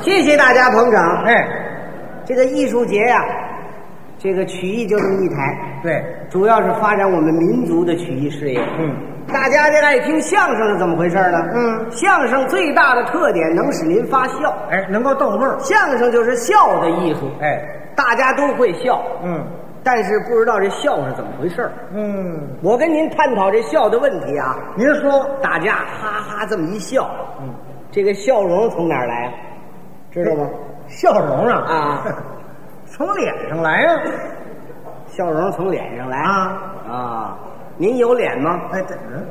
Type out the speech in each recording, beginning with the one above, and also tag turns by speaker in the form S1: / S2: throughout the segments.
S1: 谢谢大家捧场。
S2: 哎，
S1: 这个艺术节呀、这个曲艺就这么一台，
S2: 对，
S1: 主要是发展我们民族的曲艺事业。
S2: 嗯，
S1: 大家这爱听相声是怎么回事呢？
S2: 嗯
S1: 相声最大的特点能使您发笑，
S2: 哎，能够逗乐儿，
S1: 相声就是笑的艺术，
S2: 哎，
S1: 大家都会笑，
S2: 嗯
S1: 但是不知道这笑是怎么回事儿。
S2: 嗯，
S1: 我跟您探讨这笑的问题啊，
S2: 您说
S1: 大家哈哈这么一笑，
S2: 嗯，
S1: 这个笑容从哪儿来啊？知道吗？
S2: 笑容啊
S1: 啊，
S2: 从脸上来啊呀、
S1: 笑容从脸上来
S2: 啊，
S1: 啊！您有脸吗？
S2: 哎，这嗯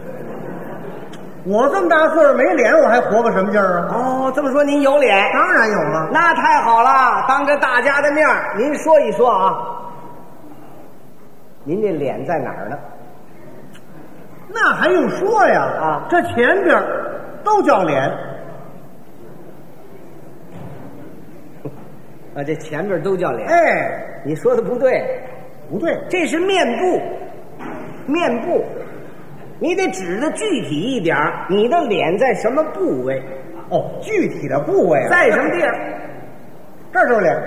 S2: 我这么大岁数没脸，我还活个什么劲儿啊？
S1: 哦，这么说您有脸，
S2: 当然有啊了，
S1: 那太好了！当着大家的面儿，您说一说啊，您这脸在哪儿呢？
S2: 那还用说呀？
S1: 啊
S2: 这前边儿都叫脸，
S1: 啊，这前面都叫脸。
S2: 哎，
S1: 你说的不对，
S2: 不对，
S1: 这是面部，面部，你得指的具体一点儿你的脸在什么部位，
S2: 哦，具体的部位啊，
S1: 在什么地儿？
S2: 这儿就是脸，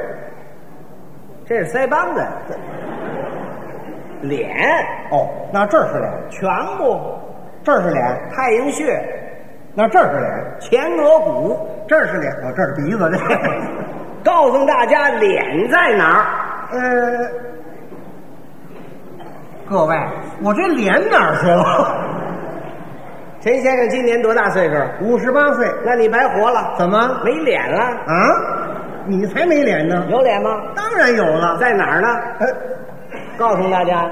S1: 这是腮帮子，脸
S2: 哦，那这儿是脸，
S1: 颧骨、
S2: 这儿是脸，
S1: 太阳穴、
S2: 那这儿是脸，
S1: 前额骨。
S2: 这儿是脸，哦，这儿是鼻子，这。
S1: 告诉大家脸在哪儿？
S2: 呃，各位，我这脸哪儿去了？
S1: 陈先生今年多大岁数？
S2: 五十八岁，
S1: 那你白活了，
S2: 怎么
S1: 没脸了？
S2: 啊？你才没脸呢！
S1: 有脸吗？
S2: 当然有了。
S1: 在哪儿呢？
S2: 呃，
S1: 告诉大家，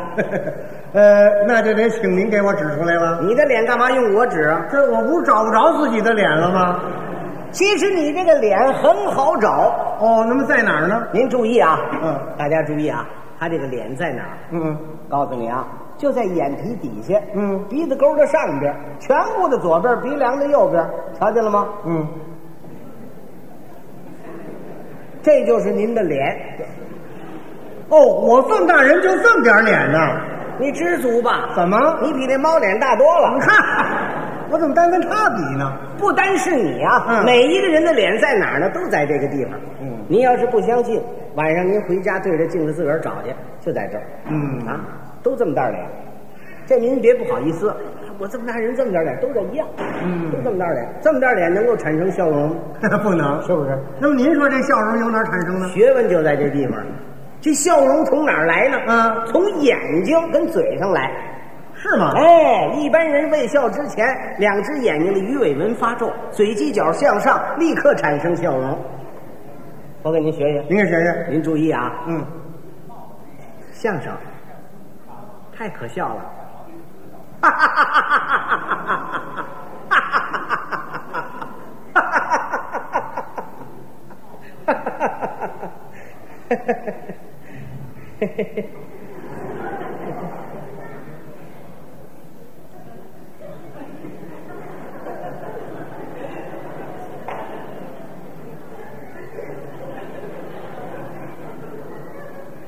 S2: 呃，那就得请您给我指出来了。
S1: 你的脸干嘛用我指？啊
S2: 这我不是找不着自己的脸了吗？
S1: 其实你这个脸很好找，
S2: 哦，那么在哪儿呢？
S1: 您注意啊，
S2: 嗯，
S1: 大家注意啊，他这个脸在哪儿？
S2: 嗯，
S1: 告诉你啊，就在眼皮底下，
S2: 嗯
S1: 鼻子沟的上边，颧骨的左边，鼻梁的右边，瞧见了吗？
S2: 嗯，
S1: 这就是您的脸，
S2: 哦，我这么大人就这么点儿脸呢？
S1: 你知足吧？
S2: 怎么？
S1: 你比那猫脸大多了。
S2: 看，我怎么单跟他比呢？
S1: 不单是你啊，
S2: 嗯
S1: 每一个人的脸在哪儿呢？都在这个地方。
S2: 嗯
S1: 您要是不相信，晚上您回家对着镜子自个儿找去，就在这儿。
S2: 嗯
S1: 啊，都这么大脸，这您别不好意思，啊我这么大人这么点脸都这一样，
S2: 嗯
S1: 都这么大脸，这么大脸能够产生笑容吗，
S2: 不能。
S1: 是不是？
S2: 那么您说这笑容由哪儿产生呢？
S1: 学问就在这地方，这笑容从哪儿来呢？
S2: 嗯
S1: 从眼睛跟嘴上来。
S2: 是吗？
S1: 哎，一般人为笑之前，两只眼睛的鱼尾纹发皱，嘴犄角向上，立刻产生笑容。我给您学学，
S2: 您给学学。
S1: 您注意啊，
S2: 嗯，
S1: 相声太可笑了。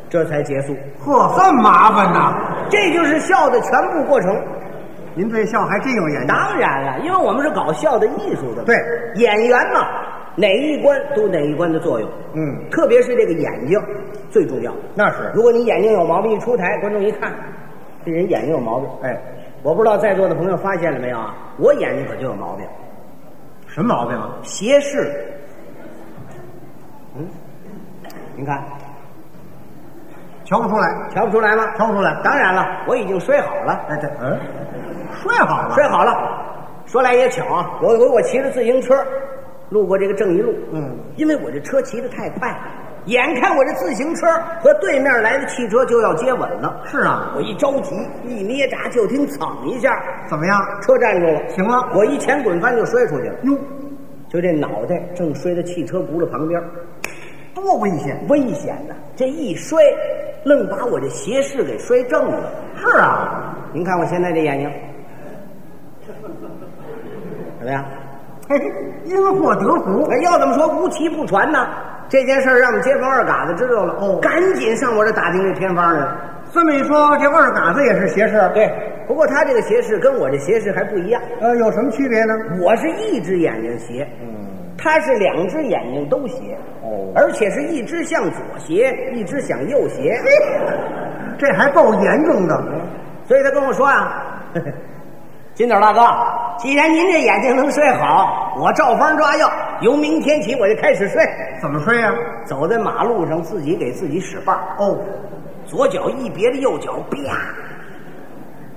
S1: 这才结束，
S2: 呵，这么麻烦呐！
S1: 这就是笑的全部过程。
S2: 您对笑还真有研究。
S1: 当然了，因为我们是搞笑的艺术的嘛，
S2: 对
S1: 演员嘛，哪一关都有哪一关的作用，
S2: 嗯，
S1: 特别是这个眼睛最重要。
S2: 那是。
S1: 如果你眼睛有毛病，一出台，观众一看，这人眼睛有毛病。
S2: 哎，
S1: 我不知道在座的朋友发现了没有啊？我眼睛可就有毛病，
S2: 什么毛病啊？
S1: 斜视。嗯，您看，
S2: 瞧不出来，
S1: 瞧不出来吗？
S2: 瞧不出来。
S1: 当然了，我已经摔好了。
S2: 哎，这嗯，摔好了。
S1: 摔好了。说来也巧啊，有一回我骑着自行车路过这个正义路，
S2: 嗯，
S1: 因为我这车骑得太快，眼看我这自行车和对面来的汽车就要接吻了，
S2: 是啊，
S1: 我一着急一捏闸，就听噌一下，
S2: 怎么样？
S1: 车站住了，
S2: 行了。
S1: 我一前滚翻就摔出去了，
S2: 哟，
S1: 就这脑袋正摔在汽车轱辘旁边，
S2: 多危险！
S1: 危险呐！这一摔，愣把我这斜视给摔正了。
S2: 是啊，
S1: 您看我现在这眼睛，怎么样？
S2: 嘿，因祸得福。
S1: 哎，要怎么说无奇不传呢？这件事儿让我们街坊二嘎子知道了，
S2: 哦
S1: 赶紧上我这打听这偏方来了。
S2: 这么一说，这二嘎子也是斜视。
S1: 对，不过他这个斜视跟我这斜视还不一样，
S2: 呃，有什么区别呢？
S1: 我是一只眼睛斜，
S2: 嗯，
S1: 他是两只眼睛都斜，
S2: 哦
S1: 而且是一只向左斜，一只向右斜。
S2: 这还够严重的。
S1: 所以他跟我说啊， 金斗大哥，既然您这眼睛能睡好，我照方抓药，由明天起我就开始睡。
S2: 怎么睡呀、
S1: 走在马路上，自己给自己使绊儿
S2: 哦，
S1: 左脚一别着右脚，啪，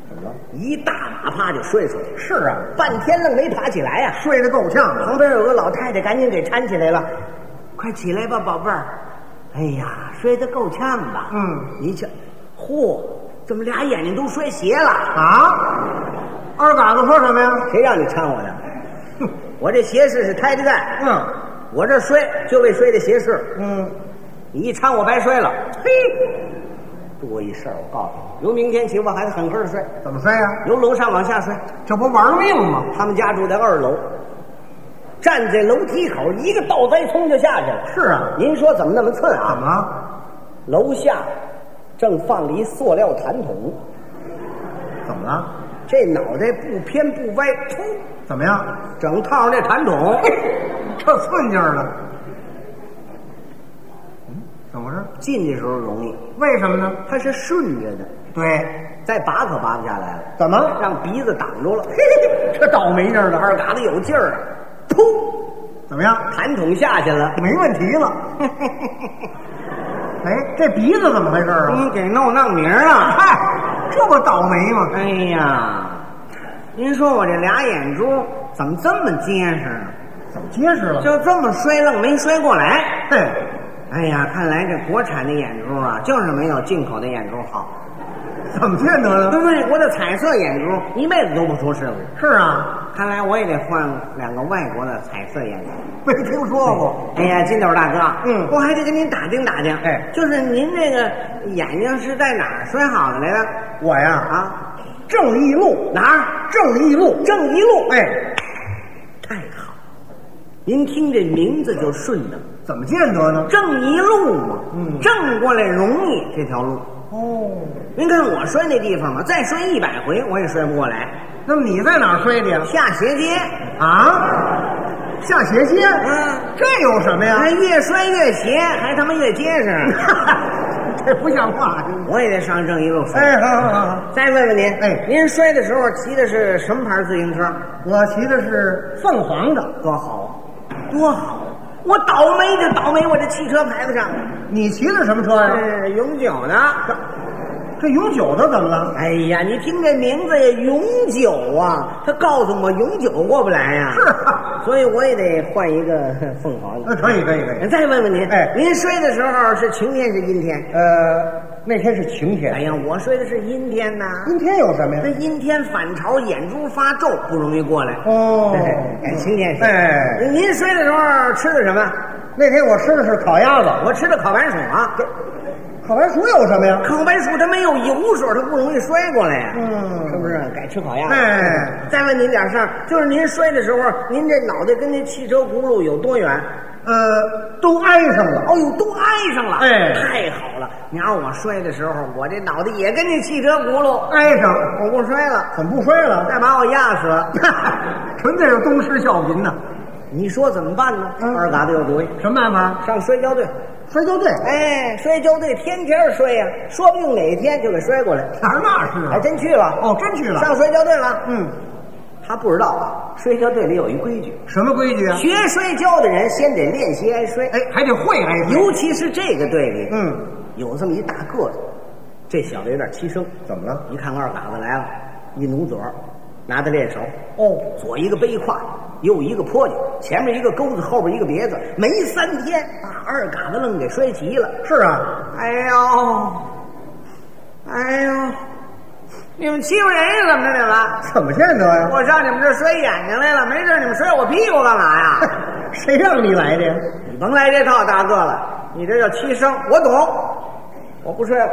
S2: 怎么了？
S1: 一大马趴就摔出去，
S2: 是啊，
S1: 半天愣没爬起来呀、
S2: 睡得够呛啊的。
S1: 旁边有个老太太，赶紧给搀起来了，快起来吧，宝贝儿。哎呀，摔得够呛吧？
S2: 嗯，
S1: 你瞧，嚯，怎么俩眼睛都摔斜了？
S2: 啊？二嘎子说什么呀？
S1: 谁让你掺和的？哼，我这斜视是胎的蛋，
S2: 嗯
S1: 我这摔就为摔的斜视，
S2: 嗯，
S1: 你一掺我白摔了，
S2: 嘿，
S1: 多一事儿。我告诉你，由明天起我还得狠狠睡，
S2: 怎么睡呀、
S1: 由楼上往下睡。
S2: 这不玩命吗？
S1: 他们家住在二楼，站在楼梯口，一个倒栽葱就下去了。
S2: 是啊，
S1: 您说怎么那么寸啊？
S2: 怎么了？
S1: 楼下正放了一塑料痰桶，
S2: 怎么了？
S1: 这脑袋不偏不歪，噗，
S2: 怎么样？
S1: 整套上这痰桶，
S2: 这寸劲儿的，嗯，怎么回事？
S1: 进的时候容易，
S2: 为什么呢？
S1: 它是顺着的，
S2: 对，
S1: 再拔可拔不下来了，
S2: 怎么？
S1: 让鼻子挡 住了。
S2: 这倒霉劲儿的，
S1: 二嘎子有劲儿啊，噗，
S2: 怎么样？
S1: 痰桶下去 了，
S2: 没问题了。哎，这鼻子怎么回事儿啊？
S1: 给弄弄名儿 啊！
S2: 嗨，这不倒霉吗？
S1: 哎呀，您说我这俩眼珠怎么这么结实呢？
S2: 怎么结实了？
S1: 就这么摔愣没摔过来。
S2: 嘿，
S1: 哎呀，看来这国产的眼珠啊，就是没有进口的眼珠好。
S2: 怎么见得
S1: 对不
S2: 了？
S1: 对？我的彩色眼珠一辈子都不出事故。
S2: 是啊，
S1: 看来我也得换两个外国的彩色眼珠。
S2: 没听说过。
S1: 哎呀，金斗大哥，
S2: 嗯
S1: 我还得跟您打听打听。
S2: 哎
S1: 就是您这个眼睛是在哪儿摔好的来的？
S2: 我呀，
S1: 啊，
S2: 正义路，
S1: 哪儿？
S2: 正义路，
S1: 正一路。
S2: 哎，
S1: 太好了，您听这名字就顺的，
S2: 怎么见得呢？
S1: 正一路嘛。
S2: 嗯
S1: 正过来容易这条路。
S2: 哦，
S1: 您看我摔那地方吧，再摔一百回我也摔不过来。
S2: 那么你在哪儿摔的呀？
S1: 下斜街，
S2: 啊，下斜街？
S1: 嗯
S2: 这有什么呀？
S1: 还越摔越斜，还他妈越结实。
S2: 这不像话。真的
S1: 我也得上正一路摔。
S2: 哎，好好好，
S1: 再问问您，
S2: 哎
S1: 您摔的时候骑的是什么牌自行车？
S2: 我骑的是凤凰的，
S1: 多好啊，多好啊！我倒霉就倒霉我这汽车牌子上，
S2: 你骑的什么车呀？
S1: 是永久的。
S2: 这永久的怎么了？
S1: 哎呀，你听这名字呀，永久啊，他告诉我永久过不来呀、
S2: 是啊
S1: 所以我也得换一个呵凤凰
S2: 那
S1: 的。
S2: 可以，可以，可以。
S1: 再问问您，
S2: 哎
S1: 您摔的时候是晴天是阴天？
S2: 呃，那天是晴
S1: 哎
S2: 天，
S1: 呀，哎我摔的是阴天呐、
S2: 阴天有什么
S1: 那
S2: 呀？
S1: 阴天反潮，眼珠发皱，不容易过来。
S2: 哦
S1: 哎，晴天是。
S2: 哎，
S1: 您睡的时候吃的什么？
S2: 那天我吃的是烤鸭子，
S1: 我吃的烤白薯啊。
S2: 烤白薯有什么呀？
S1: 烤白薯它没有油水，它不容易摔过来呀、
S2: 嗯
S1: 是不是？改吃烤鸭。
S2: 哎，
S1: 再问您点事儿，就是您摔的时候，您这脑袋跟那汽车轱辘有多远？
S2: 呃，都挨上了。
S1: 哦呦，都挨上了。
S2: 哎
S1: 太好了！你让我摔的时候，我这脑袋也跟那汽车轱辘，
S2: 挨上，
S1: 我不摔了，
S2: 怎么不摔了？
S1: 再把我压死。
S2: 纯粹是东施效颦呐。
S1: 你说怎么办呢？
S2: 嗯
S1: 二嘎子有主意，
S2: 什么办法？
S1: 上摔跤队。
S2: 摔跤队？
S1: 哎，摔跤队天天摔呀、说不定哪天就给摔过来。
S2: 哪儿那是
S1: 还
S2: 啊？
S1: 真去了，
S2: 哦，真去了。
S1: 哎上摔跤队了。
S2: 嗯，
S1: 他不知道啊，摔跤队里有一规矩，
S2: 什么规矩啊？
S1: 学摔跤的人先得练习挨摔，
S2: 哎，还得会挨摔。
S1: 尤其是这个队里，
S2: 嗯，
S1: 有这么一大个子，这小子有点欺生。
S2: 怎么了？
S1: 一看二嘎子来了，一努嘴儿，拿他练手，
S2: 哦，
S1: 左一个背胯，右一个坡脚，前面一个钩子，后边一个别子，没三天把二嘎子愣给摔急了。
S2: 是啊，
S1: 哎呦，哎呦，你们欺负人怎么着？你们，
S2: 怎么啊见得呀、
S1: 我上你们这儿摔眼睛来了，没事你们摔我屁股干嘛 呀？
S2: 谁让你来的呀？
S1: 你甭来这套，大个了，你这叫欺生，我懂，我不摔了。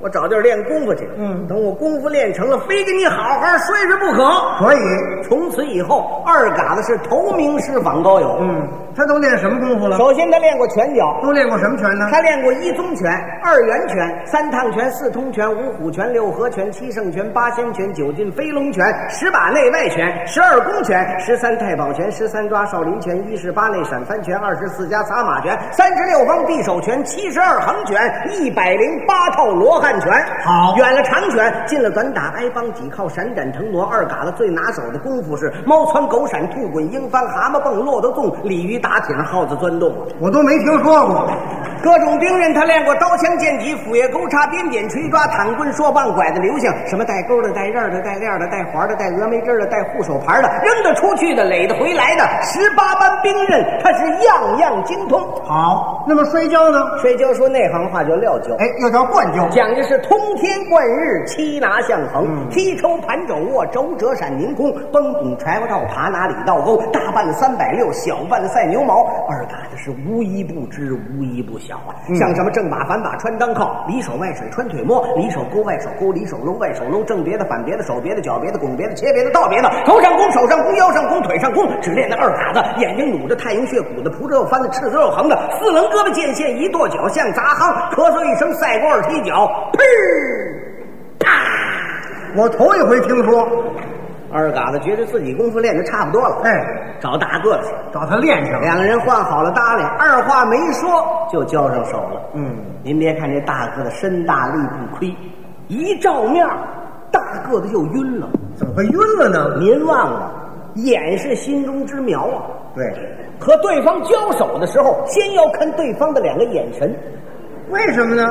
S1: 我找地儿练功夫去。
S2: 嗯
S1: 等我功夫练成了，非跟你好好摔摔不可。
S2: 可以。
S1: 从此以后，二嘎子是头名师访高友。
S2: 嗯，他都练什么功夫了？
S1: 首先他练过拳脚，
S2: 都练过什么拳呢？
S1: 他练过一宗拳、二元拳、三趟拳、四通拳、五虎拳、六合拳、七圣拳、八仙拳、九进飞龙拳、十把内外拳、十二宫拳、十三太保拳、十三抓少林拳、一十八内闪翻拳、二十四家撒马拳、三十六方匕首拳、七十二横拳、一百零八套罗汉拳。
S2: 好
S1: 远了长拳，近了短打，挨帮挤靠，闪展腾挪。二嘎子最拿手的功夫是猫窜狗闪、兔滚鹰翻、蛤蟆蹦、骆驼纵、鲤鱼打挺、耗子钻洞。
S2: 我都没听说过。
S1: 各种兵刃他练过，刀枪剑戟、斧钺钩叉、鞭锏锤抓、躺棍槊棒、拐子流星，什么带钩的、带刃的、带链的、带环的、带峨眉针的、带护手牌的，扔得出去的、垒得回来的，十八般兵刃，他是样样精通。
S2: 好，那么摔跤呢？
S1: 摔跤说内行话叫撂跤。
S2: 哎，又叫灌跤。
S1: 讲究是通天贯日，七拿向横，踢抽盘肘握，肘折闪凌空，崩拱柴火套，爬拿里倒钩，大半三百六，小半赛牛毛。二嘎子是无一不知，无一不晓啊！像什么正把、反把、穿裆靠、里手外水、穿腿摸、里手勾外手勾、里手搂外手搂，正别的、反别的、手别的、脚别的、拱别的、切别的、倒别的，头上弓、手上弓、腰上弓、腿上弓，只练那二嘎子，眼睛努着，太阳穴鼓的，扑着又翻的，赤子又横的，四棱胳膊见线，一跺脚像砸夯，咳嗽一声赛过二踢脚，砰！
S2: 我头一回听说。
S1: 二嘎子觉得自己功夫练得差不多了，
S2: 哎，
S1: 找大个子去。
S2: 找他练去了。
S1: 两个人换好了搭脸，二话没说就交上手了。
S2: 嗯，
S1: 您别看这大个子身大力不亏，一照面儿，大个子就晕了。
S2: 怎么会晕了呢？
S1: 您忘了，眼是心中之苗啊。
S2: 对，
S1: 和对方交手的时候，先要看对方的两个眼神，
S2: 为什么呢？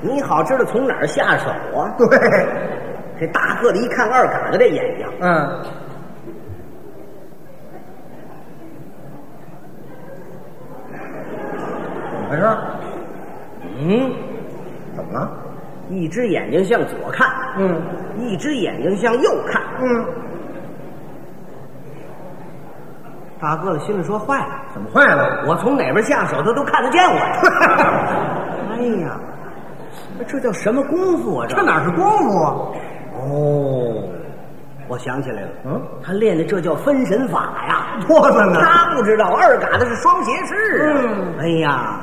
S1: 你好知道从哪儿下手啊？
S2: 对，
S1: 这大个子一看二嘎子这眼睛，
S2: 嗯，怎么回事？
S1: 嗯，
S2: 怎么了？
S1: 一只眼睛向左看，
S2: 嗯
S1: 一只眼睛向右看。
S2: 嗯，
S1: 大个子心里说：“坏了，
S2: 怎么坏了？
S1: 我从哪边下手，他都看得见我。” 哎呀，哎这叫什么功夫啊？这
S2: 这哪是功夫啊？
S1: 哦，我想起来了，
S2: 嗯，
S1: 他练的这叫分神法呀。
S2: 哆嗦呢。
S1: 他不知道，二嘎子是双斜式啊。
S2: 嗯
S1: 哎呀，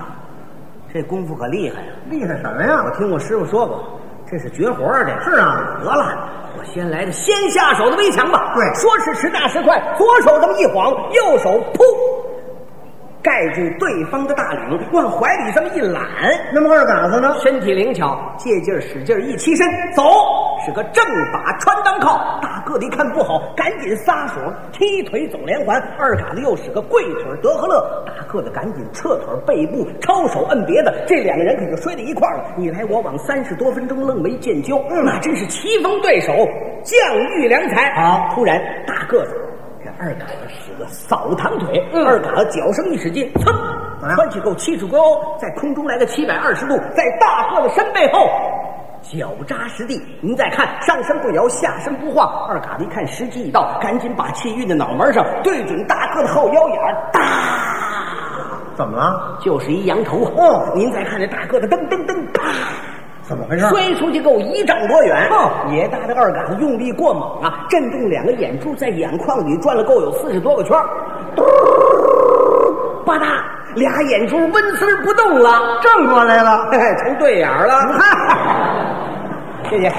S1: 这功夫可厉害呀、
S2: 厉害什么
S1: 我
S2: 呀？
S1: 听我师傅说过，这是绝活儿，这
S2: 是啊，
S1: 得了，我先来个先下手的为强吧。
S2: 对
S1: 说时迟，那时快，左手这么一晃，右手噗，盖住对方的大领，往怀里这么一揽，
S2: 那么二杆子呢？
S1: 身体灵巧，借劲儿使劲儿一起身走，是个正把穿裆靠。大个子一看不好，赶紧撒手踢腿走连环。二嘎子又使个跪腿德和乐，大个子赶紧撤腿背步，抄手摁别的。这两个人可就摔在一块儿了，你来我往，三十多分钟愣没见交。嗯，那真是棋逢对手，将遇良才。
S2: 好
S1: 突然大个子。这二嘎子使个扫堂腿，二嘎子脚上一使劲，噌，
S2: 怎么样
S1: 窜起够七尺高，在空中来个七百二十度，在大个的身背后，脚扎实地。您再看，上身不摇，下身不晃。二嘎子一看时机已到，赶紧把气运到脑门上，对准大个的后腰眼儿，哒，
S2: 怎么了？
S1: 就是一羊头啊！
S2: 哦
S1: 您再看这大个的噔噔噔，啪。
S2: 怎么回事？
S1: 摔出去够一丈多远。
S2: 哼
S1: 野大的二杆子用力过猛啊，震动两个眼珠在眼眶里转了够有四十多个圈儿，嘟吧嗒，俩眼珠纹丝儿不动了，
S2: 正过来 了。
S1: 嘿嘿，成对眼儿了。谢谢。